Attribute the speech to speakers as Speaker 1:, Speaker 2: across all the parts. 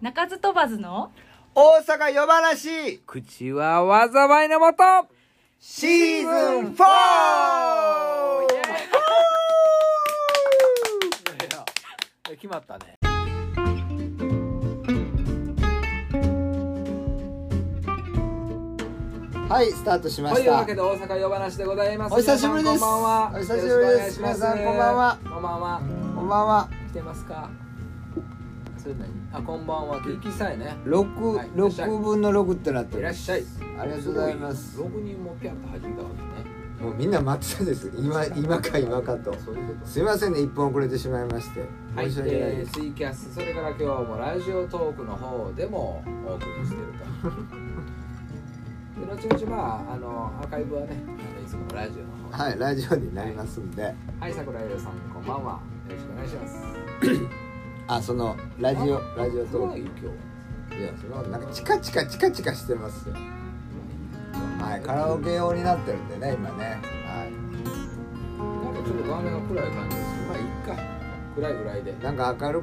Speaker 1: 鳴かず飛ばずの
Speaker 2: 大阪夜話
Speaker 3: 口は災いのもと
Speaker 2: シーズン 4!
Speaker 3: 決まったね。
Speaker 2: はい、スタートしま
Speaker 3: と
Speaker 2: し
Speaker 3: いうわ
Speaker 2: た。
Speaker 3: けで大阪夜話でございます。
Speaker 2: お久しぶりです
Speaker 3: 皆さんこ
Speaker 2: お
Speaker 3: んばんは。
Speaker 2: 久しぶりです
Speaker 3: よろしくお願いしす
Speaker 2: 皆さんこんばんは
Speaker 3: こんばんは。
Speaker 2: こんばんは。
Speaker 3: 来てますか。それ何？あこんばんは。聞きさえね。
Speaker 2: 六
Speaker 3: はい
Speaker 2: 六分の六ってなって
Speaker 3: いら
Speaker 2: る
Speaker 3: っ。しゃい。
Speaker 2: ありがとうございます
Speaker 3: ごい六人もピャンと弾いたわけ
Speaker 2: もうみんな待ってたんです。 今今か今かと
Speaker 3: ね。。そういうこと。
Speaker 2: すいませんね、一本遅れてしまいまして。
Speaker 3: はい、
Speaker 2: 申し訳ない
Speaker 3: え
Speaker 2: で
Speaker 3: ー、
Speaker 2: す。
Speaker 3: ツイキャスそれから今日もラジオトークの方でもお送りしてる とで後々まああのアーカイブはねあのいつものラジオの方
Speaker 2: はい、ラジオになりますんで。
Speaker 3: はい桜井さんこんばんはよろしくお願いします
Speaker 2: あ、そのラジオラジオトー
Speaker 3: い今日
Speaker 2: ク。いや、そのなんかチカチカチカチカしてますよ。はい、カラオケ用になってるんでね、今ね。は
Speaker 3: なんかちょっと画面が暗い感じですけどまあいいか暗いぐらいで
Speaker 2: い。なんか明る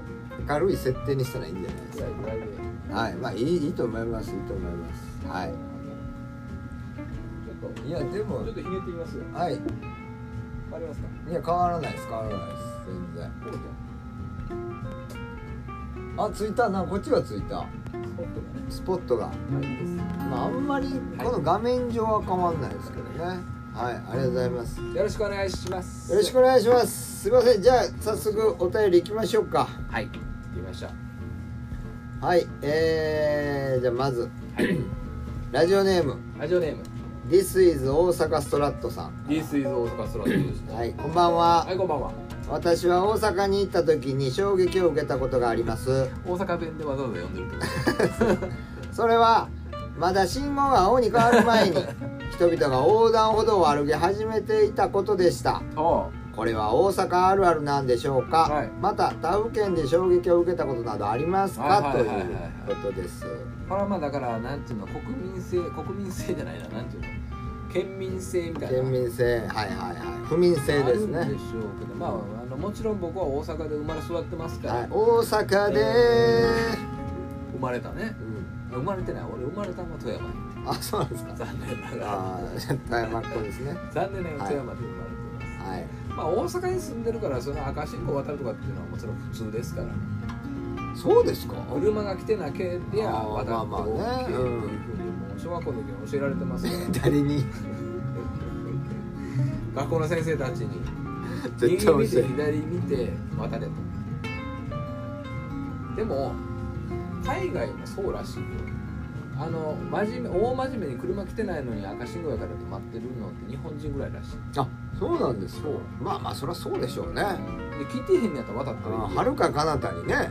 Speaker 2: 明るい設定にしたらいいんじゃないです
Speaker 3: 暗いぐらいで
Speaker 2: か。はい、まあいいいいと思います。いいと思います。はい。
Speaker 3: ちょっと
Speaker 2: いやでも
Speaker 3: ちょっとひねってみますよ
Speaker 2: はい。
Speaker 3: 変わりますか
Speaker 2: いや変わらないです変わらないです全然
Speaker 3: こうじゃ
Speaker 2: あついたなこっちがついた
Speaker 3: んスポットが
Speaker 2: スポットが
Speaker 3: ねはいいいです
Speaker 2: まああんまりこの画面上は変わんないですけどねはいありがとうございますよ
Speaker 3: よろしくお願いします
Speaker 2: ろしくお願いしますすいませんじゃあ早速お便りいきましょうか
Speaker 3: はい行ってみました
Speaker 2: はいえー、じゃあまず、 ラジオネーム
Speaker 3: ラジオネーム
Speaker 2: This is 大阪ストラットさん
Speaker 3: This is 大阪ストラテジーですね
Speaker 2: はいこんばんは、
Speaker 3: はいこんばんは
Speaker 2: 私は大阪に行った時に衝撃を受けたことがあります
Speaker 3: 大阪弁でわざわざ呼んでるって こと
Speaker 2: それはまだ信号が青に変わる 前に人々が横断歩道を歩き始めていたことでした
Speaker 3: あ
Speaker 2: これは大阪あるあるなんでしょうか、
Speaker 3: はい
Speaker 2: また他府県で衝撃を受けたことなどありますか、
Speaker 3: はいはいはいはい
Speaker 2: ということです
Speaker 3: あこれはまあだからなんていうの国民性国民性じゃないななんていうの県民性みたいな
Speaker 2: 県民性はいはいはい不民性です
Speaker 3: あるん
Speaker 2: ね
Speaker 3: でしょうけどまああのもちろん僕は大阪で生まれ育ってますから、
Speaker 2: はい、大阪で、
Speaker 3: 生まれたね
Speaker 2: うん、
Speaker 3: 生まれてない俺生まれたのは富山
Speaker 2: あそうなんですか
Speaker 3: 残念ながら
Speaker 2: ああ富山っ子ですね
Speaker 3: 残念ながら
Speaker 2: はい
Speaker 3: 富山で生まれてます、
Speaker 2: はい
Speaker 3: まあ大阪に住んでるからその赤信号渡るとかっていうのはもちろん普通ですから
Speaker 2: そうですか
Speaker 3: 車が来てなけりゃ
Speaker 2: あー
Speaker 3: 渡って
Speaker 2: まあまあね
Speaker 3: OK っていうふうにもう小学校の時に教えられてますか ら
Speaker 2: 誰 に
Speaker 3: 学校の先生たちに
Speaker 2: 絶対
Speaker 3: 右
Speaker 2: 教
Speaker 3: 見て
Speaker 2: え
Speaker 3: 左見て渡れとでも海外もそうらしいよあの真面目大真面目に車来てないのに赤信号やから止まってるのって日本人ぐらいらしい
Speaker 2: あそうなんです
Speaker 3: そう
Speaker 2: まあまあそりゃそうでしょうね、
Speaker 3: で来てへんのやったら渡ったらいいよ
Speaker 2: はるか彼方にね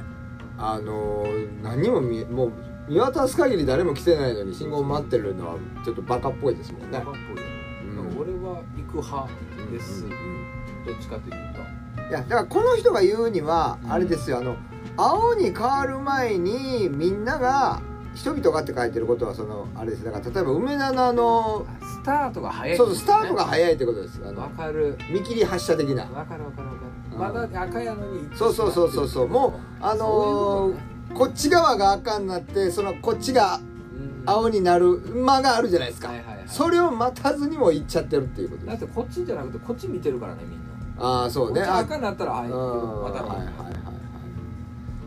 Speaker 2: あのー何も見えもう見渡す限り誰も来てないのに信号待ってるのはちょっとバカっぽいですもんね
Speaker 3: バカっぽいよ
Speaker 2: うん
Speaker 3: だから俺は行く派です、
Speaker 2: うんうん
Speaker 3: どっちかというと
Speaker 2: いやだからこの人が言うには
Speaker 3: うん
Speaker 2: あれですよあの青に変わる前にみんなが人々がって書いてることはそのあれですだから例えば梅田のあの
Speaker 3: あスタートが早い
Speaker 2: そうそうスタートが早いってことですあ
Speaker 3: わ
Speaker 2: の
Speaker 3: かる
Speaker 2: 見切り発車的な
Speaker 3: わかるわかるわか
Speaker 2: う
Speaker 3: る
Speaker 2: ん
Speaker 3: まだ赤やのに行ってし
Speaker 2: そう
Speaker 3: まってる
Speaker 2: そうそうそうそうもうあ
Speaker 3: そうい
Speaker 2: の
Speaker 3: うことね
Speaker 2: ーこっち側が赤になってそのこっちが
Speaker 3: うん
Speaker 2: 青になる間があるじゃないですか、
Speaker 3: はいはいはい
Speaker 2: それを待たずにも行っちゃってるっていうこと
Speaker 3: だ
Speaker 2: で
Speaker 3: っ
Speaker 2: す
Speaker 3: てこっちじゃなくてこっち見てるからねみんな
Speaker 2: ああそうね
Speaker 3: こっち
Speaker 2: あ
Speaker 3: 赤になったらは
Speaker 2: う
Speaker 3: い
Speaker 2: ん
Speaker 3: また
Speaker 2: はいはい
Speaker 3: の
Speaker 2: はいはい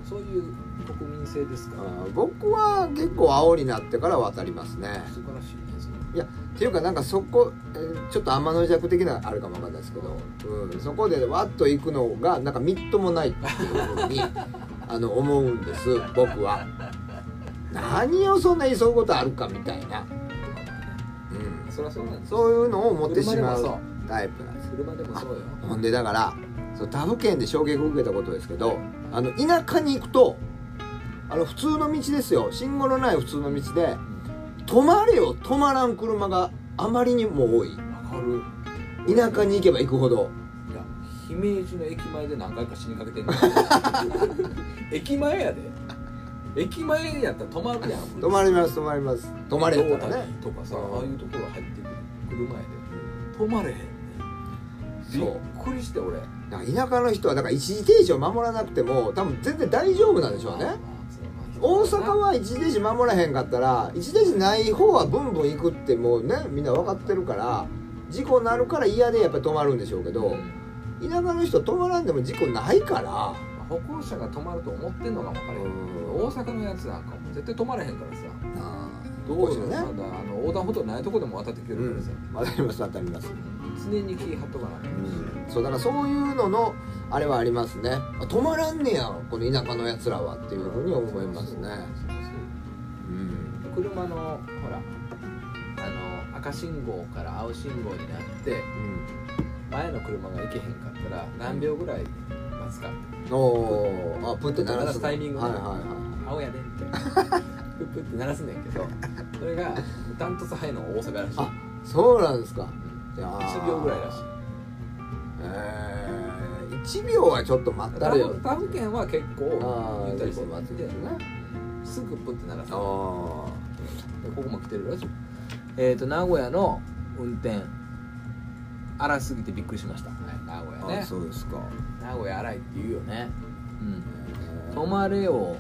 Speaker 3: そういう国民性ですから
Speaker 2: あー僕は結構青になってから渡りますね
Speaker 3: 素晴らしいねそれ
Speaker 2: っていうかなんかそこえーちょっと天の弱的なのあるかもわかんないですけど、うん、そこでわっと行くのがなんかみっともないっていうふうに あの思うんです僕は何をそんな急ぐことあるかみたいな、うん、
Speaker 3: そりゃそうなんです
Speaker 2: そういうのを思ってしま
Speaker 3: 車でも
Speaker 2: うタイプなんです
Speaker 3: そう車でもそうよ
Speaker 2: ほんでだからそう他府県で衝撃を受けたことですけどあの田舎に行くとあの普通の道ですよ信号のない普通の道で止まれよ止まらん車があまりにも多い
Speaker 3: わかる
Speaker 2: 田舎に行けば行くほど
Speaker 3: いや姫路の駅前で何回か死にかけてんの駅前やで駅前やったら止まるやん
Speaker 2: 止まります止まります止まれ
Speaker 3: ト
Speaker 2: た
Speaker 3: ー
Speaker 2: ら
Speaker 3: タリ
Speaker 2: ね
Speaker 3: ーとかさ
Speaker 2: うん
Speaker 3: ああいうところ入ってくる車やで止まれへんねび
Speaker 2: そう
Speaker 3: っくりして俺
Speaker 2: だから田舎の人はだから一時停止を守らなくても多分全然大丈夫なんでしょうね
Speaker 3: まあまあそれは
Speaker 2: 大阪
Speaker 3: まあ
Speaker 2: は一時停止守らへんかったら一時停止ない方はブンブン行くってもうねみんな分かってるから事故なるから嫌でやっぱり止まるんでしょうけ
Speaker 3: う
Speaker 2: ど
Speaker 3: ん
Speaker 2: 田舎の人止まらんでも事故ないから
Speaker 3: まあ歩行者が止まると思ってんのが分かるよ
Speaker 2: うん
Speaker 3: 大阪のやつなんかも絶対止まらへんからさ
Speaker 2: どうしよ
Speaker 3: よ
Speaker 2: うね
Speaker 3: まだあの横断歩道ないとこでも渡ってく
Speaker 2: う
Speaker 3: るからさ、
Speaker 2: ん当たります当たります
Speaker 3: 常に気張っとかなきゃいけないし
Speaker 2: そうだからそういうののあれはありますねあ止まらんねやこの田舎のやつらはっていうふうに思いますね
Speaker 3: そうそう
Speaker 2: うん
Speaker 3: そう車のほらあの赤信号から青信号になって前の車が行けへんかったら何秒ぐらい待つか
Speaker 2: うんおーあプって鳴らす
Speaker 3: 鳴らすタイミング
Speaker 2: はいはい
Speaker 3: 青やねんってプップって鳴らすねんけどそれがダントツ早いのが大阪らしい
Speaker 2: あはいそうなんですか
Speaker 3: うん
Speaker 2: いやー
Speaker 3: 1秒ぐらいらしい
Speaker 2: えー、1秒はちょっと待った
Speaker 3: 他
Speaker 2: れよ
Speaker 3: 府他府県は結構
Speaker 2: あ
Speaker 3: ゆ
Speaker 2: あ
Speaker 3: った
Speaker 2: ちょ
Speaker 3: り
Speaker 2: っ
Speaker 3: して
Speaker 2: と
Speaker 3: る
Speaker 2: 待つん
Speaker 3: で
Speaker 2: ですね
Speaker 3: すぐプッて鳴らす
Speaker 2: ああ
Speaker 3: でここも来てるらしいえっ、と名古屋の運転荒すぎてびっくりしました、名古屋ね
Speaker 2: そうですか、
Speaker 3: 名古屋荒いって言うよねうん
Speaker 2: え
Speaker 3: 止まれを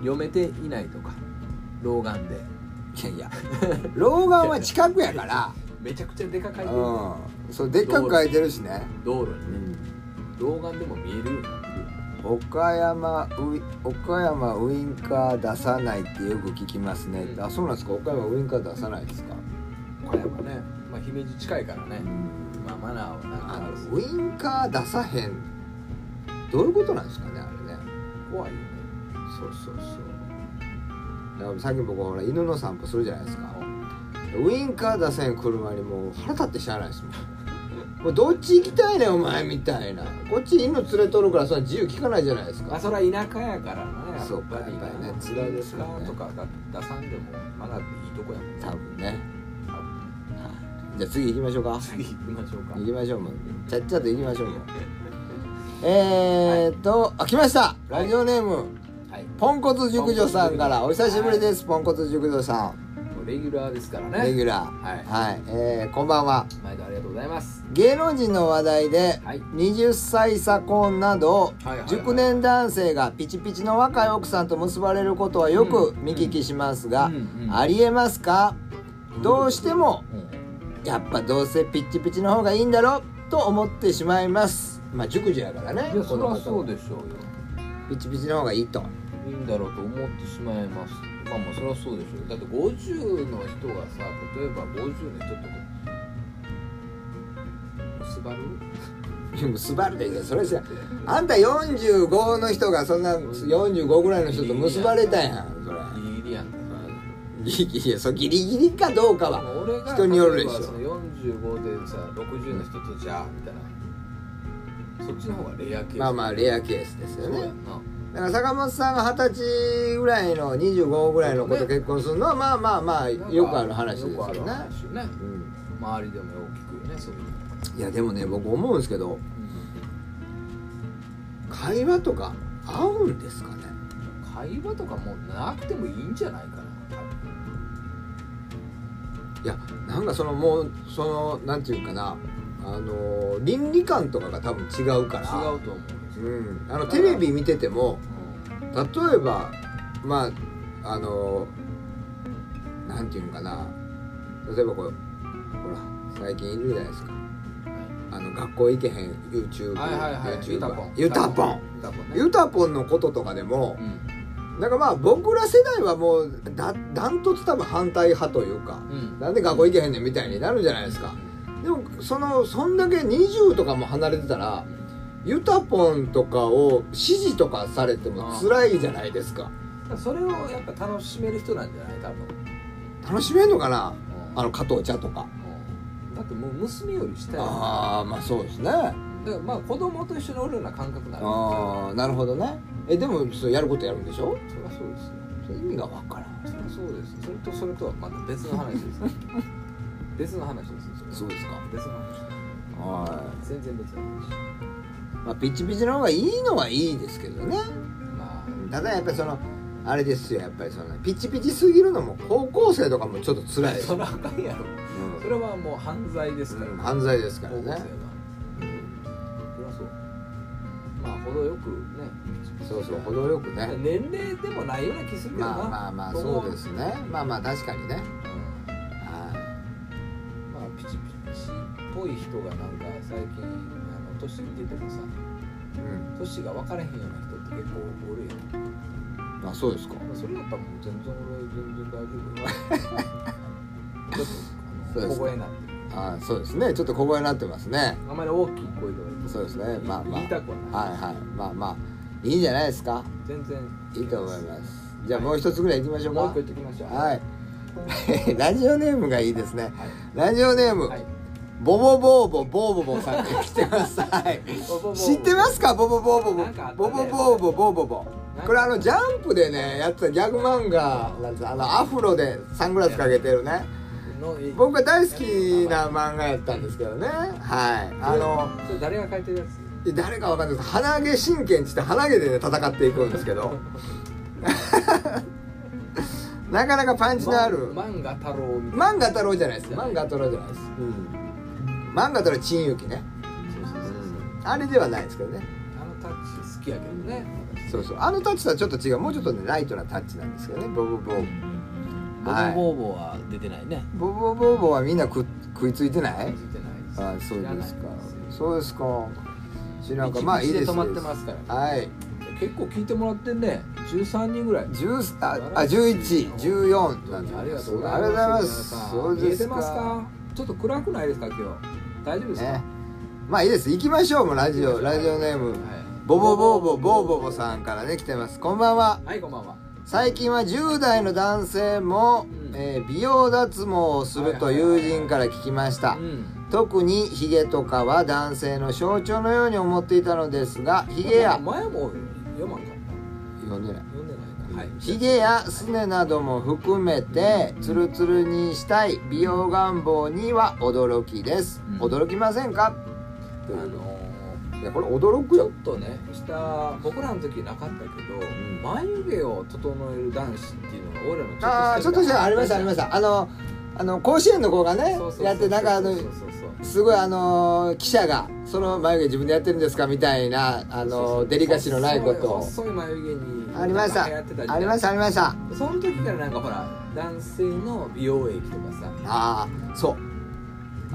Speaker 3: 読めていないとか老眼で
Speaker 2: ー、いやいや老眼は近くやから
Speaker 3: めちゃくちゃでか書いて
Speaker 2: う
Speaker 3: る
Speaker 2: んそうでっかく書いてるしね、
Speaker 3: 道路
Speaker 2: う
Speaker 3: に
Speaker 2: ん
Speaker 3: 老眼でも見えるようになって
Speaker 2: 岡山ウイ岡山ウインカー出さないってよく聞きますね、
Speaker 3: うん
Speaker 2: あそうなんですか岡山ウインカー出さないですか、
Speaker 3: る岡山ね、まあ、姫路近いからね、まあ、マナーはなん
Speaker 2: あ
Speaker 3: かあるし
Speaker 2: のウインカー出さへんどういうことなんですかねあれね
Speaker 3: 怖いよね
Speaker 2: そうそうそうだからさっき僕ほら犬の散歩するじゃないですかウインカー出せん車にもう腹立ってしゃあないですもんもうどっち行きたいねんお前みたいなこっち犬連れとるからそんな自由聞かないじゃないです
Speaker 3: まあ
Speaker 2: か
Speaker 3: それは田舎やからねやっ
Speaker 2: そう
Speaker 3: ぱり
Speaker 2: やっぱりね辛いですよね
Speaker 3: 田舎とかが出さんでもマナーっていいとこやもんね
Speaker 2: 多分ねじゃあ次行きましょうか
Speaker 3: 次行きましょうか
Speaker 2: 行きましょうもうちゃっちゃと行きましょうもうえーっと、あ来ましたラジオネーム、
Speaker 3: はい
Speaker 2: ポンコツ熟女さんからお久しぶりです、ポンコツ熟女さん
Speaker 3: もうレギュラーですからね
Speaker 2: レギュラー
Speaker 3: はい
Speaker 2: えーこんばんは
Speaker 3: 毎度ありがとうございます
Speaker 2: 芸能人の話題で
Speaker 3: はい
Speaker 2: 20歳差婚など
Speaker 3: はいはいはい
Speaker 2: 熟年男性がピチピチの若い奥さんと結ばれることはよく見聞きしますが、
Speaker 3: うんうん
Speaker 2: ありえますかどうしても
Speaker 3: うん
Speaker 2: やっぱどうせピッチピチの方がいいんだろと思ってしまいますまあ熟女やからね
Speaker 3: いやそ
Speaker 2: こ
Speaker 3: り
Speaker 2: の
Speaker 3: ゃ
Speaker 2: 方
Speaker 3: そうでしょうよ
Speaker 2: ピッチピチの方がいいと
Speaker 3: いいんだろうと思ってしまいますまあまあそりゃそうでしょうよだって50の人がさ例えば50の人って結ばる
Speaker 2: でもスバルでいいよそれじゃあんた45の人がそんな45ぐらいの人と結ばれたやんそれ
Speaker 3: ギリギリやんか
Speaker 2: ギリギリやそれギリギリかどうかは
Speaker 3: 俺が
Speaker 2: 人によるでしょ
Speaker 3: 例えばその45でさ60の人とじゃあみたいなそっちの方がレア系
Speaker 2: まあまあレアケースですよ
Speaker 3: そうや
Speaker 2: ね
Speaker 3: んな
Speaker 2: だから坂本さんが二十歳ぐらいの25ぐらいの子と結婚するのはまあまあまあよくある話ですよ
Speaker 3: よ
Speaker 2: ね
Speaker 3: くある話よね
Speaker 2: うん
Speaker 3: 周りでもよく聞くよねそういうの、
Speaker 2: いやでもね僕思うんですけど会話とか合うんですかね
Speaker 3: 会話とかもうなくてもいいんじゃないかな多分
Speaker 2: いやなんかそのもうそのなんていうかなあのー倫理観とかが多分違うから
Speaker 3: 違うと思うんですよ、
Speaker 2: うん、あのテレビ見てても例えばまああのーなんていうのかな例えばこうほら最近いるじゃないですかあの学校行けへん YouTube
Speaker 3: はいはいはいはいユタポン
Speaker 2: YouTuber ユタポン
Speaker 3: ユタポンね
Speaker 2: ユタポンのこととかでもなんかまあ僕ら世代はもうだダントツ多分反対派というか
Speaker 3: うん、うん、
Speaker 2: なんで学校行けへんねんみたいになるじゃないですかでもそのそんだけ20とかも離れてたらユタポンとかを支持とかされても辛いじゃないですか
Speaker 3: それをやっぱ楽しめる人なんじゃない多分
Speaker 2: 楽しめんのかな
Speaker 3: うん
Speaker 2: あの加藤茶とか
Speaker 3: だってもう娘より下やもん
Speaker 2: ああまあそうですね
Speaker 3: だからまあ子供と一緒におるような感覚なの
Speaker 2: ああなるほどねえでもそうやることやるんでしょ
Speaker 3: そりゃそうですよ
Speaker 2: それ意味がわからん
Speaker 3: そりゃそうですそれとそれとはまた別の 話ですね別の話ですよそれ
Speaker 2: そうですか
Speaker 3: 別の話
Speaker 2: は
Speaker 3: 全然別の話
Speaker 2: い、まあ、ピチピチの方がいいのはいいですけどね
Speaker 3: まあ
Speaker 2: ただやっぱりそのあれですよやっぱりそのピチピチすぎるのも高校生とかもちょっと辛いです
Speaker 3: それはあかんやろ
Speaker 2: うん
Speaker 3: それはもう犯罪ですから、
Speaker 2: うん犯罪ですから
Speaker 3: 高校生は
Speaker 2: ね
Speaker 3: そりゃそうまあ程よくねピチ
Speaker 2: そうそう程よくね
Speaker 3: 年齢でもないような気するけどな、
Speaker 2: まあまあまあそうですねまあまあ確かにね
Speaker 3: うん
Speaker 2: は
Speaker 3: まあピチピチっぽい人がなんか最近あの年見ててもさ
Speaker 2: いうん
Speaker 3: 年が分からへんような人って結構おるよ
Speaker 2: あそうですか
Speaker 3: それやったらもう全然俺 全然大丈夫よち
Speaker 2: そう
Speaker 3: ょっとあ
Speaker 2: です
Speaker 3: の小声になってる
Speaker 2: あそうですねちょっと小声になってますね
Speaker 3: あまり大きい声では言って
Speaker 2: そうですねまあまあ
Speaker 3: 言いたくはない、
Speaker 2: はいはいまあまあいいんじゃないですか
Speaker 3: 全然
Speaker 2: いいと思いますじゃあもう一つぐらい行きましょうか
Speaker 3: もう一個言ってきましょう
Speaker 2: はいラジオネームがいい ですね
Speaker 3: はい
Speaker 2: ラジオネーム、
Speaker 3: はい
Speaker 2: ボボボーボボーボボさんが来てます。はい。
Speaker 3: ボボボボ
Speaker 2: 知ってますかボボボーボボ
Speaker 3: なんかあったね
Speaker 2: ボボボーボボボボ
Speaker 3: なんか
Speaker 2: これあのジャンプでねやってたギャグ漫画なんですあのアフロでサングラスかけてるね
Speaker 3: のい
Speaker 2: 僕が大好きな漫画やったんですけどねはいあの
Speaker 3: それ誰が書いてるやつ
Speaker 2: 誰かわかんないです鼻毛神剣っつって鼻毛でね戦っていくんですけど なかなかパンチのある
Speaker 3: ま漫画太郎みたいな
Speaker 2: 漫画太郎じゃないです漫画太郎じゃないです、うん、漫画太郎陳雪ね、
Speaker 3: そうそうそうそう
Speaker 2: あれではないですけどね
Speaker 3: あのタッチ好きやけどね
Speaker 2: そうそうあのタッチとはちょっと違うもうちょっとねライトなタッチなんですけどねボボボー
Speaker 1: ボ
Speaker 2: はい
Speaker 1: ボボーボーは出てないね
Speaker 2: ボボボーボはみんなく食いついてない
Speaker 3: 見てないで
Speaker 2: あ
Speaker 3: す
Speaker 2: そうですか
Speaker 3: 知
Speaker 2: そうですか知ら
Speaker 3: ら
Speaker 2: ん
Speaker 3: な
Speaker 2: か
Speaker 3: い
Speaker 2: まあいいです
Speaker 3: 一日で止まってますから
Speaker 2: はい
Speaker 3: 結構聞いてもらってんね13人ぐらい
Speaker 2: 10ああ1114なんで
Speaker 3: あ
Speaker 2: あ
Speaker 3: り
Speaker 2: り
Speaker 3: が
Speaker 2: が
Speaker 3: と
Speaker 2: と
Speaker 3: う
Speaker 2: うご
Speaker 3: ござ
Speaker 2: ざ
Speaker 3: い
Speaker 2: い
Speaker 3: ま
Speaker 2: ますすそう
Speaker 3: 見
Speaker 2: で
Speaker 3: えて
Speaker 2: すか
Speaker 3: ますかちょっと暗くないですか今日大丈夫ですか、
Speaker 2: ねまあいいです行きましょうもうラジオラジオネームボボボーボボーボボさんからね来てますこんばんは
Speaker 3: はい、はい、こんばんは
Speaker 2: 最近は10代の男性も、
Speaker 3: うん
Speaker 2: えー美容脱毛をすると友人から聞きました、
Speaker 3: うん
Speaker 2: 特にヒゲとかは男性の象徴のように思っていたのですがヒゲや
Speaker 3: 前も読まんかった
Speaker 2: 呼んでない
Speaker 3: 読んでないかはい
Speaker 2: ヒゲやすねなども含めてツルツルにしたい美容願望には驚きです、
Speaker 1: うん
Speaker 2: 驚きませんか
Speaker 3: あのー
Speaker 2: いやこれ驚く
Speaker 3: ちょ
Speaker 2: よ
Speaker 3: っとね下僕らの時なかったけど、
Speaker 2: ん
Speaker 3: 眉毛を整える男子っていうのが俺らの
Speaker 2: ああちょっとしたありましたありましたあのあの甲子園の子がね
Speaker 3: そうそうそう
Speaker 2: やってなんかあの
Speaker 3: そうそうそう
Speaker 2: すごいあのー記者がその眉毛自分でやってるんですかみたいなあ
Speaker 3: そう
Speaker 2: の
Speaker 3: そ
Speaker 2: ー
Speaker 3: う
Speaker 2: デリカシーのないことを
Speaker 3: 細い細い眉毛に
Speaker 2: ありました
Speaker 3: 流行ってた
Speaker 2: ありましたありました
Speaker 3: たその時からなんかほら男性の美容液とかさ
Speaker 2: ああそう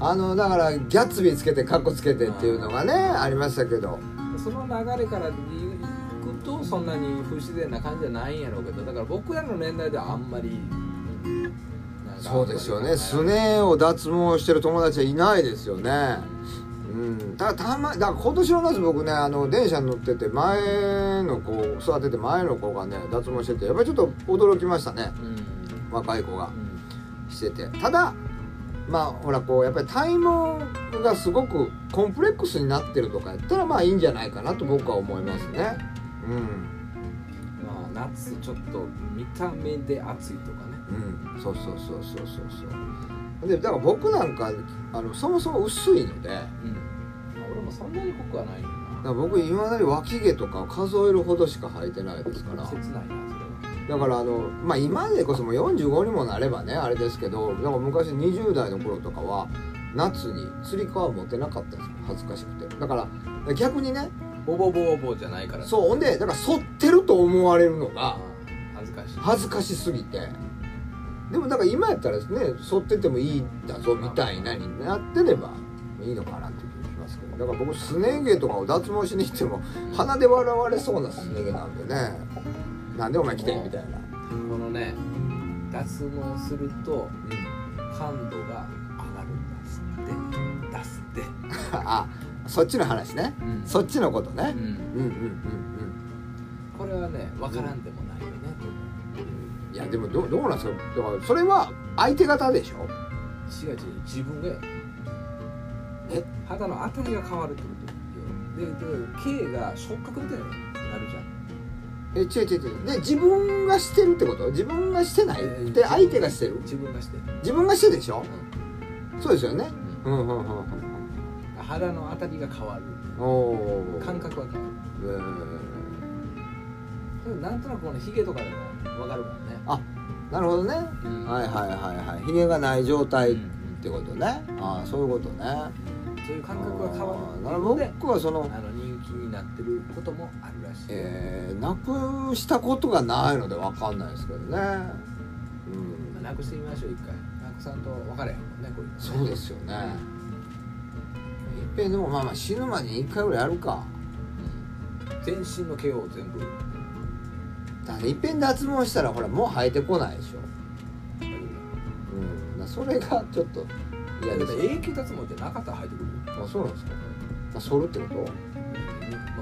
Speaker 2: あのだからギャッツビーつけてカッコつけてっていうのがねありましたけど
Speaker 3: その流れからいくとそんなに不自然な感じじゃないんやろうけどだから僕らの年代ではあんまりなんか
Speaker 2: そうですよ
Speaker 3: あんま
Speaker 2: ね
Speaker 3: り
Speaker 2: すねを脱毛してる友達はいないですよねうんただたまだから今年の夏僕ねあの電車に乗ってて前の子を育てて前の子がね脱毛しててやっぱりちょっと驚きましたね
Speaker 3: うん
Speaker 2: 若い子が
Speaker 3: うん
Speaker 2: しててただまあほらこうやっぱり体毛がすごくコンプレックスになってるとかやったらまあいいんじゃないかなと僕は思いますねうん
Speaker 3: まあ夏ちょっと見た目で暑いとかね
Speaker 2: うんそうそうそうそうそうそうでだから僕なんかあのそもそも薄いのでだか
Speaker 3: うんまあ俺もそんなに濃くはないよな
Speaker 2: ら僕いまだに脇毛とか数えるほどしか生えてないですから
Speaker 3: 切ないなそれは
Speaker 2: だからあのまあ今でこそもう45にもなればねあれですけどなんか昔20代の頃とかは夏に釣り革持ってなかったです恥ずかしくてだから逆にね
Speaker 3: ボボボボじゃないから
Speaker 2: そうほんでだから剃ってると思われるのが
Speaker 3: 恥ずかしい
Speaker 2: 恥ずかしすぎてでもだから今やったらですね剃っててもいいんだぞみたいなになってればいいのかなっていう気がしますけどだから僕すね毛とかを脱毛しに行っても鼻で笑われそうなすね毛なんでねなんでお前来てんみたいな、
Speaker 3: このね脱毛すると感度が上がるんですって出すって、
Speaker 2: あそっちの話ね
Speaker 3: うん
Speaker 2: そっちのことね
Speaker 3: う、ん
Speaker 2: うん、うんうん
Speaker 3: これはね分からんでもないよね、
Speaker 2: うんいやでもどうどうなんですかだからそれは相手方でしょ
Speaker 3: 違う違う自分がよえ肌の当たりが変わるってことよでで K が触覚みたいになるじゃん
Speaker 2: え違う違う違うで自分がしてるってこと自分がしてない
Speaker 3: え
Speaker 2: で相手がしてる
Speaker 3: 自分がして、
Speaker 2: 自分がしてでしょ
Speaker 3: う
Speaker 2: そうですよね
Speaker 3: ん
Speaker 2: うんうんうんうん
Speaker 3: 肌の当たりが変わる
Speaker 2: おお
Speaker 3: 感覚は変わ
Speaker 2: えー
Speaker 3: るなんとなくこのヒゲとかでも分かるもんね、
Speaker 2: なるほどねは
Speaker 3: うん
Speaker 2: いはいはいはいひげがない状態っ
Speaker 3: うん
Speaker 2: てことねああそういうことね
Speaker 3: そういう感覚が変わ
Speaker 2: あ
Speaker 3: る
Speaker 2: ーだから僕はその
Speaker 3: あの人気にになってることもあるらしい、
Speaker 2: えー、なくしたことがないのでわかんないですけどね、うん、
Speaker 3: なくしてみましょう一回なくさんと分かれへんもんねこれ、
Speaker 2: そうですすよね一平でもまあまあ死ぬまでに一回ぐらいやるか
Speaker 3: うん全身の毛を全部
Speaker 2: だから一遍脱毛したらほらもう生えてこないでしょ、うん、だからそれがちょっと嫌で
Speaker 3: だって
Speaker 2: すよ
Speaker 3: 永久脱毛じゃなかったら生えてくるよ、
Speaker 2: あそうなんですか、まあ、剃るってこと
Speaker 3: まあ、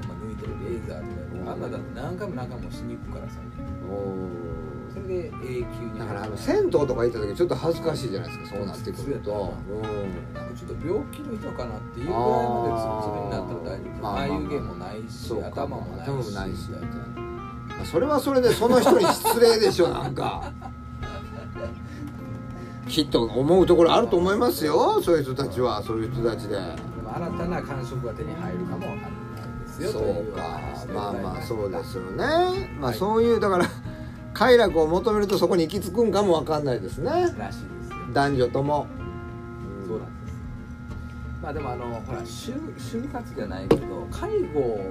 Speaker 3: まあ抜いてるレーザーとかあんなだって何回も何回もしに行くからさ
Speaker 2: お
Speaker 3: それで永久に
Speaker 2: だからあの銭湯とか行った時ちょっと恥ずかしいじゃないですかそうなってくるとうん
Speaker 3: なんかちょっと病気の人かなっていうぐらいまでツルツルになったら大丈
Speaker 2: あ
Speaker 3: 夫
Speaker 2: ーまあまあまあ
Speaker 3: 眉毛もないし
Speaker 2: そうか
Speaker 3: 頭もないし
Speaker 2: 頭もないしみたいなまあそれはそれでその人に失礼でしょなんか きっと思うところあると思いますよそういう人たちはそういう人たちで
Speaker 3: でも新たな感触が手に入るかもわかんないですよ
Speaker 2: そうかまあまあそうですすよねまあそういうだから 快楽を求めるとそこに行き着くんかもわかんないですね
Speaker 3: らしいですよ
Speaker 2: 男女とも
Speaker 3: そうなんですまあでもあのほら就就活じゃないけど介護を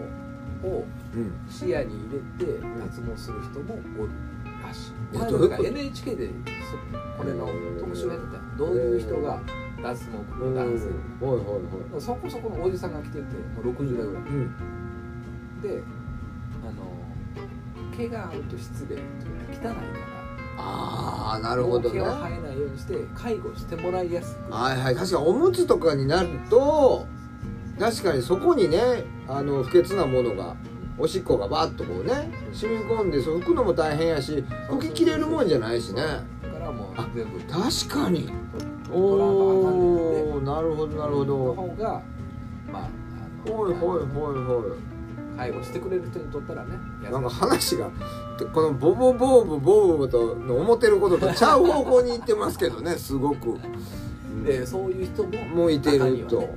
Speaker 2: うん
Speaker 3: 視野に入れて脱毛する人もおるらしい
Speaker 2: え
Speaker 3: 前
Speaker 2: どういう
Speaker 3: な
Speaker 2: こと
Speaker 3: んか NHK でそこれの特集をやってたよどういう人が脱毛
Speaker 2: うんはいはいは
Speaker 3: 男
Speaker 2: い
Speaker 3: 性そこそこのおじさんが来ててもう60代ぐらい
Speaker 2: うん、
Speaker 3: であの毛があると失礼というか汚いから
Speaker 2: ああなるほどね
Speaker 3: 毛を
Speaker 2: は
Speaker 3: 生えないようにして介護してもらいやすく
Speaker 2: いはい確かにおむつとかになると確かにそこにねあの不潔なものがおしっこがバーッとこうね染み込んでそう拭くのも大変やし拭き切れるもんじゃないしね
Speaker 3: だからもう
Speaker 2: あ
Speaker 3: 全部
Speaker 2: 確かに
Speaker 3: 取らんとあかんねんで
Speaker 2: おおなるほどなるほ
Speaker 3: の
Speaker 2: ど
Speaker 3: 方がまああの
Speaker 2: ほいほいほいほ
Speaker 3: 介護してくれる人にとったらね
Speaker 2: いなんか話がこのボボボーブボーブとの思ってることとちゃう方向に行ってますけどねすごく
Speaker 3: でそういう人も
Speaker 2: もういて
Speaker 3: 中
Speaker 2: る
Speaker 3: には
Speaker 2: と、
Speaker 3: ね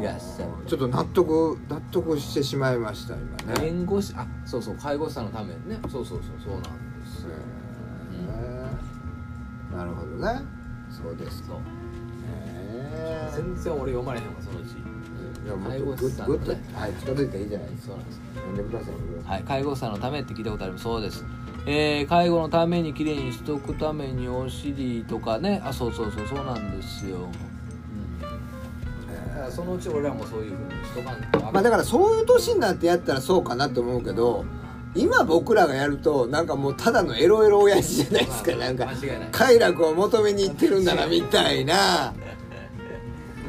Speaker 3: いらっしゃる
Speaker 2: ちょっと納得納得してしまいました今ね
Speaker 3: 弁護士あそうそう介護士さんのためにねそうそうそうそうなんですよ
Speaker 2: へーなるほどねそうです
Speaker 3: そう
Speaker 2: へー
Speaker 3: 全然俺読まれへんわそのうち
Speaker 2: いやも
Speaker 3: 介
Speaker 2: う
Speaker 3: 護
Speaker 2: グ
Speaker 3: 士
Speaker 2: ッ
Speaker 3: さ
Speaker 2: と
Speaker 3: ん
Speaker 2: グッ
Speaker 3: の
Speaker 2: と
Speaker 3: ね
Speaker 2: はい近づいていいじゃないですか
Speaker 3: そうなんです
Speaker 2: 読んでください読んでくださ
Speaker 1: はい、介護士さんのためって聞いたことありますそうです、えー介護のためにきれいにしとくためにお尻とかねあそうそうそうそうなんですよ、
Speaker 3: だからそのうち俺らもそういうふうにしとかんと
Speaker 2: いまあだからそういう年になってやったらそうかなと思うけど今僕らがやるとなんかもうただのエロエロ親父じゃないですか
Speaker 3: まあ
Speaker 2: なんか
Speaker 3: 間違いない
Speaker 2: 快楽を求めに行ってるんだなみたいな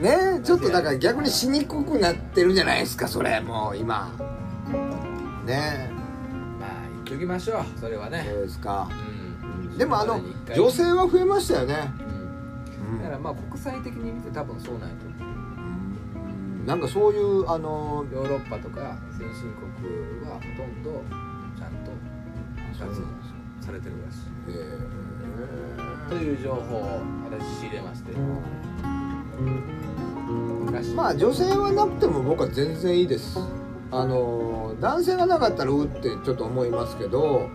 Speaker 2: ねちょっとだから逆にしにくくなってるじゃないですかそれもう今ね
Speaker 3: まあ言っときましょうそれはね
Speaker 2: そうですか
Speaker 3: うん
Speaker 2: でもあの
Speaker 3: それに一回
Speaker 2: 女性は増えましたよね、
Speaker 3: うんだから
Speaker 2: う、
Speaker 3: まあ国際的に見て多分そうなんやと思うん
Speaker 2: なんかそういうあの
Speaker 3: ヨーロッパとか先進国はほとんどちゃんと脱毛されてるらしい
Speaker 2: えー
Speaker 3: という情報を私仕入れまして昔
Speaker 2: まあ女性はなくても僕は全然いいですあの男性がなかったらうってちょっと思いますけど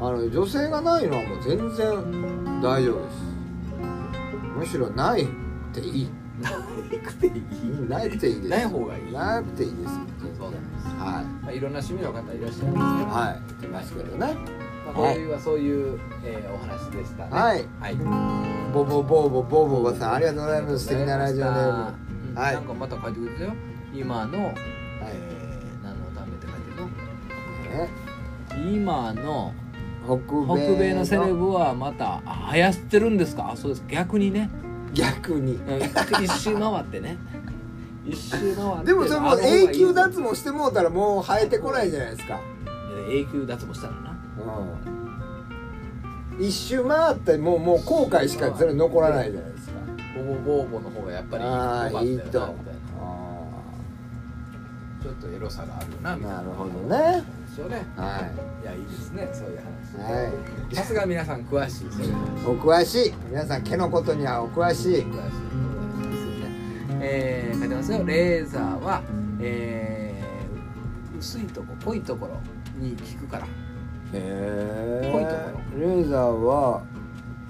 Speaker 2: あの女性がないのはもう全然大丈夫ですむしろないっていい
Speaker 3: ないくていい
Speaker 2: ないっていいです
Speaker 3: ない方がいい
Speaker 2: なくていいです
Speaker 3: そうなんです、
Speaker 2: はい
Speaker 3: まあ、いろんな趣味の方いらっしゃいますから、
Speaker 2: はい言ってますけどね
Speaker 3: まあ、こういうはそういう、えーお話でしたね
Speaker 2: はい
Speaker 3: はい
Speaker 2: ボボボボボボボさんありがとうございます素敵なラジオネー
Speaker 3: うん
Speaker 2: はい
Speaker 3: なんかまた書いてくれたよ今の、
Speaker 2: ムはい
Speaker 3: えー、何のためって書いてるの
Speaker 2: ね
Speaker 1: 今の
Speaker 2: 北米
Speaker 1: 北米のセレブはまたあ生やしてるんですかあそうです逆にね
Speaker 2: 逆に
Speaker 1: うん一周回ってね一周回って
Speaker 2: でもそれもう
Speaker 1: あの方がいい
Speaker 2: 永久脱毛してもうたらもう生えてこないじゃないですか
Speaker 1: 永久脱毛したらな
Speaker 2: うん一周回ってもうもう後悔しかそれ残らないじゃないですか
Speaker 3: ボーボーボーの方がやっぱり良か
Speaker 2: あ
Speaker 3: った
Speaker 2: あ
Speaker 3: よ
Speaker 2: いい
Speaker 3: なみた
Speaker 2: と
Speaker 3: いな
Speaker 2: あ
Speaker 3: ちょっとエロさがあるよな
Speaker 2: ー
Speaker 3: みたいな
Speaker 2: なるほどね
Speaker 3: ですよね
Speaker 2: はい
Speaker 3: いやいいですねそういう話
Speaker 2: はい
Speaker 3: さすが皆さん詳しいですね
Speaker 2: お詳しい皆さん毛のことにはお詳しい
Speaker 3: 詳しいですねえー書いてますよレーザーは、えー薄いとこ濃いところに効くから
Speaker 2: へー
Speaker 3: 濃いとこ
Speaker 2: レーザーは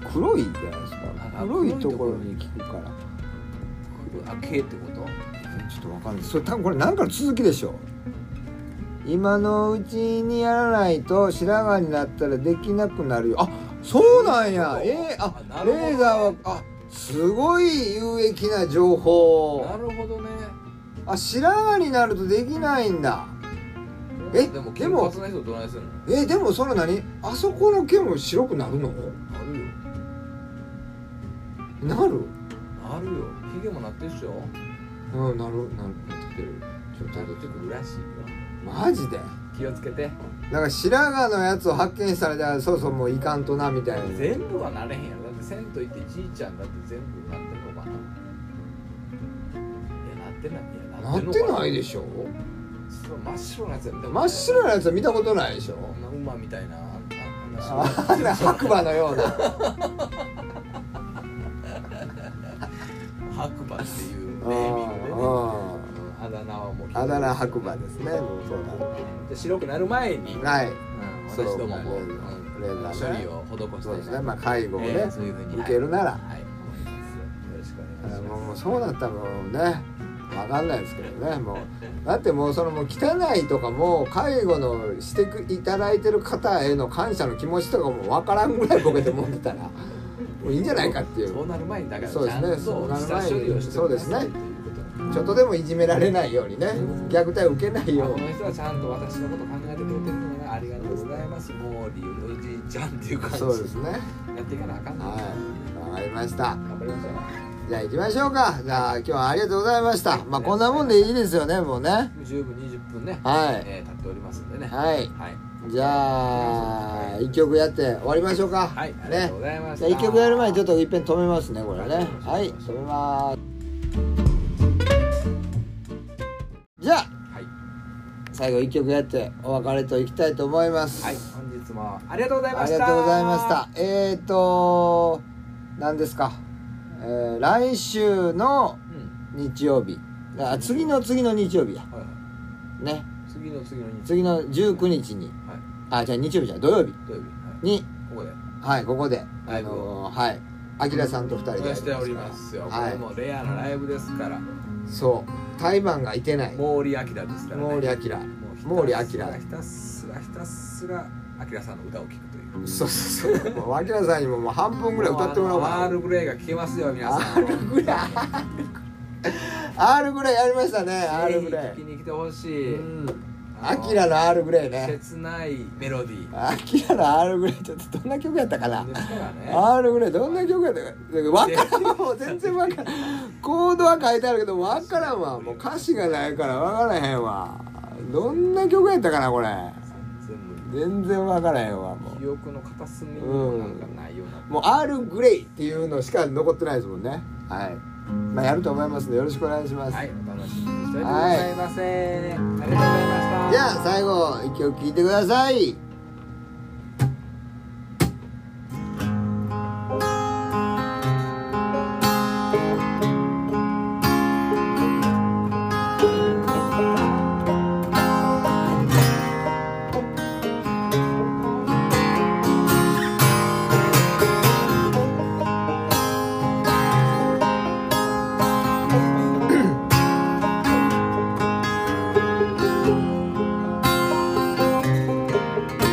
Speaker 2: 黒いじゃないですか
Speaker 3: あ
Speaker 2: 黒いところに効くから
Speaker 3: あ毛ってこと
Speaker 2: えちょっとわかんないそれ多分これ何かの続きでしょ今のうちにやらないと白髪になったらできなくなるよあそうなんやえー、
Speaker 3: あな
Speaker 2: あ
Speaker 3: るほど
Speaker 2: レーダーはあすごい有益な情報
Speaker 3: なるほどね
Speaker 2: あ白髪になるとできないんだえ
Speaker 3: でも
Speaker 2: で
Speaker 3: 金
Speaker 2: も
Speaker 3: 髪の人どないするの
Speaker 2: えでもそれ何あそこの毛も白くなるの
Speaker 3: なるよ
Speaker 2: なる
Speaker 3: なるよヒゲもなってるっしょ
Speaker 2: うんなるなるなってきてるちょっと
Speaker 3: なってくるらしいよ
Speaker 2: マジで
Speaker 3: 気をつけて
Speaker 2: なんか白髪のやつを発見されたらそうそうもういかんとなみたいな
Speaker 3: 全部はなれへんやろだって銭湯行ってじいちゃんだって全部なってんのかないやなってないいや
Speaker 2: なっ
Speaker 3: んの
Speaker 2: て
Speaker 3: か
Speaker 2: ないでしょ
Speaker 3: その真っ白なやつやった
Speaker 2: 真っ白なやつは見たことないでしょ
Speaker 3: こんな馬みたいなあんな
Speaker 2: あ
Speaker 3: 話
Speaker 2: んな白馬の ような
Speaker 3: 白馬っていうネ
Speaker 2: う
Speaker 3: ーミングでね
Speaker 2: んうん
Speaker 3: うんあだ名はもう
Speaker 2: あだ名白馬ですねもうそうなる
Speaker 3: で白くなる前に、うん、
Speaker 2: はい
Speaker 3: 私
Speaker 2: そう
Speaker 3: どもも、
Speaker 2: レ
Speaker 3: うん
Speaker 2: ーダーね
Speaker 3: 処理を施し
Speaker 2: そう
Speaker 3: て
Speaker 2: ですねまあ介護をね、
Speaker 3: えーそういうふうに
Speaker 2: 受けるなら
Speaker 3: はい、はい、思いますよろしくお願いし
Speaker 2: も
Speaker 3: ま
Speaker 2: うそうなったらもうね分かんないですけどねもうだってもうそのもう汚いとかもう介護のしてくいただいてる方への感謝の気持ちとかも分からんぐらいボケて持ってたら もういいんじゃないかってい
Speaker 3: す
Speaker 2: う
Speaker 3: そうなる前にだからち
Speaker 2: そうで
Speaker 3: ゃ
Speaker 2: す
Speaker 3: ん
Speaker 2: ね
Speaker 3: と
Speaker 2: そうなる
Speaker 3: 下
Speaker 2: 前に
Speaker 3: 処理をしてください
Speaker 2: そうですね
Speaker 3: ということなんで
Speaker 2: ちょっとでもいじめられないようにね虐待を受けない
Speaker 3: あ
Speaker 2: よ
Speaker 3: こ
Speaker 2: うに
Speaker 3: の人はちゃんと私のこと考えてくれてるのがありがとうございますもう理由おじいちゃんっていう感じ
Speaker 2: そうですね
Speaker 3: やっていかなあかんのかな
Speaker 2: はい分かりました
Speaker 3: 頑張りましょう
Speaker 2: じゃあ行きましょうかじゃあ今日はありがとうございましたまあこんなもんでいいですよねもうね
Speaker 3: もう十分20分ね、
Speaker 2: はい
Speaker 3: えー、経っておりますんでねい、
Speaker 2: はい
Speaker 3: はい
Speaker 2: じゃあ一曲やって終わりましょうか
Speaker 3: はいありが
Speaker 2: ね
Speaker 3: とうございまし
Speaker 2: じ
Speaker 3: た、
Speaker 2: ゃあ1曲やる前にちょっ
Speaker 3: と
Speaker 2: といっぺん止めますねこれ
Speaker 3: はい
Speaker 2: ねはい止めますじゃあ
Speaker 3: はい、
Speaker 2: 最後1曲やってお別れといきたいと思います、
Speaker 3: はい、本日もありがとうござい
Speaker 2: あ
Speaker 3: まし
Speaker 2: り
Speaker 3: た
Speaker 2: がとうございましたえーと何ですか、えー来週の
Speaker 3: うん
Speaker 2: 日曜日あ次の次の日曜日や
Speaker 3: はいは
Speaker 2: ね
Speaker 3: い次の次の日
Speaker 2: 次の19日に
Speaker 3: はい
Speaker 2: あじゃあ日曜日じゃない土曜日
Speaker 3: 土曜日、はい、
Speaker 2: に
Speaker 3: ここで
Speaker 2: はいここで
Speaker 3: ラ
Speaker 2: あ
Speaker 3: イブを
Speaker 2: のーはいあきらさんと2人で
Speaker 3: 応
Speaker 2: や
Speaker 3: 援
Speaker 2: り
Speaker 3: しており
Speaker 2: から
Speaker 3: ますよ、
Speaker 2: は
Speaker 3: こ
Speaker 2: い
Speaker 3: れもレアなライブですから
Speaker 2: そう台湾がいてない
Speaker 3: 毛利明ですからね
Speaker 2: 毛利明
Speaker 3: もう
Speaker 2: 毛利
Speaker 3: ひた
Speaker 2: 明
Speaker 3: すらひたすらひたすら明さんの歌を聴くという
Speaker 2: そうそうそうもう脇田さんにももう半分ぐらい歌ってもらおう
Speaker 3: ア
Speaker 2: か
Speaker 3: ールグレイが聴けますよ皆
Speaker 2: な
Speaker 3: さん
Speaker 2: R ぐらい R ぐらいやりましたね R ぐら
Speaker 3: ぜ
Speaker 2: い
Speaker 3: ひ聴きに来てほしい、
Speaker 2: うん
Speaker 3: あ
Speaker 2: ア
Speaker 3: の
Speaker 2: キラの R ぐらいね
Speaker 3: 切ないメロディー
Speaker 2: アキラの R ぐらいちょっとどんな曲やったかな
Speaker 3: ですからね
Speaker 2: R ぐらいどんな曲やったか分からんもう全然分からんコードは書いてあるけど分からんわもう歌詞がないから分からへんわどんな曲やったかなこれ
Speaker 3: 全部
Speaker 2: 全然分からへんわもう
Speaker 3: 記憶の片隅にもなんかないような、
Speaker 2: もう R グレイっていうのしか残ってないですもんねはいまあやると思いますのでよろしくお願いします、
Speaker 3: はいお楽しみにしておいてくださいませ、ありがとうございました
Speaker 2: じゃあ最後一曲聴いてください
Speaker 4: 「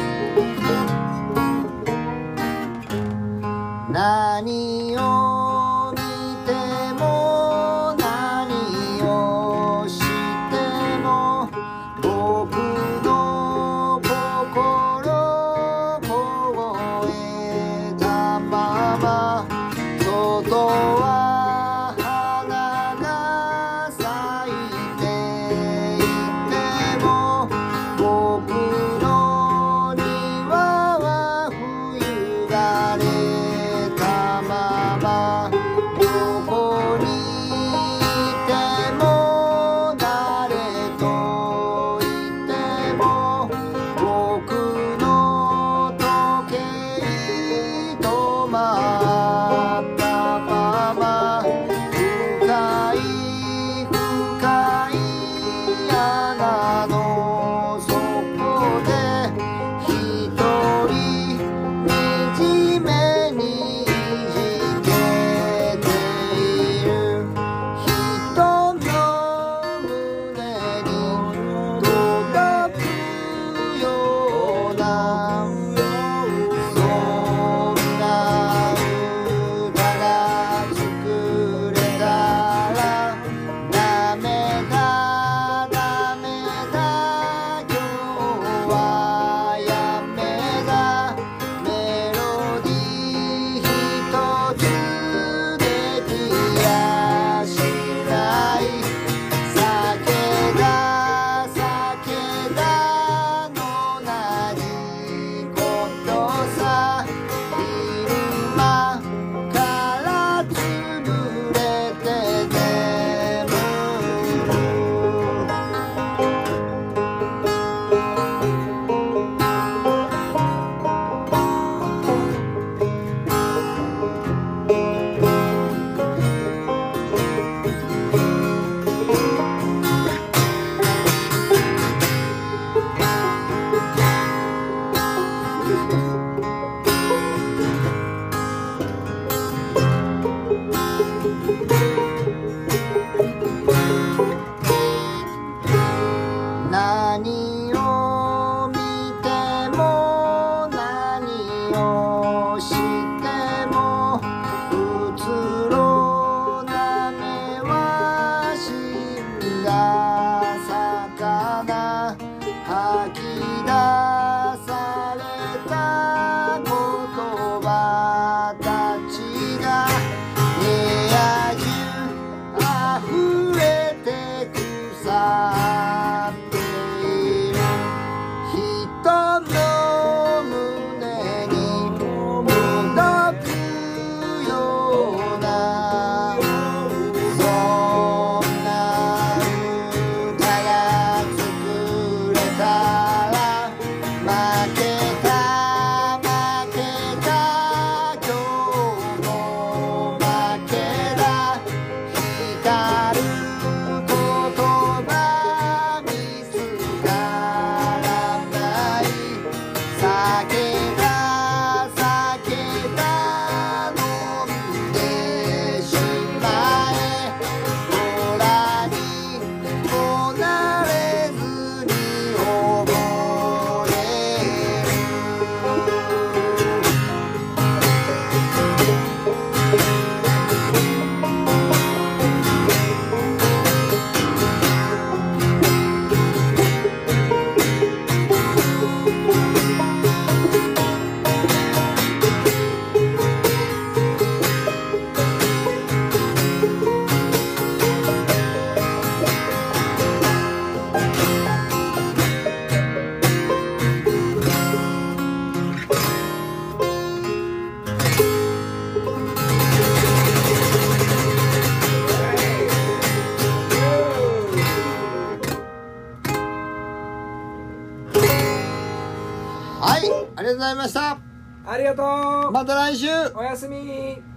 Speaker 3: ありがとうございました
Speaker 2: ありがとう
Speaker 3: また来週
Speaker 2: おやすみ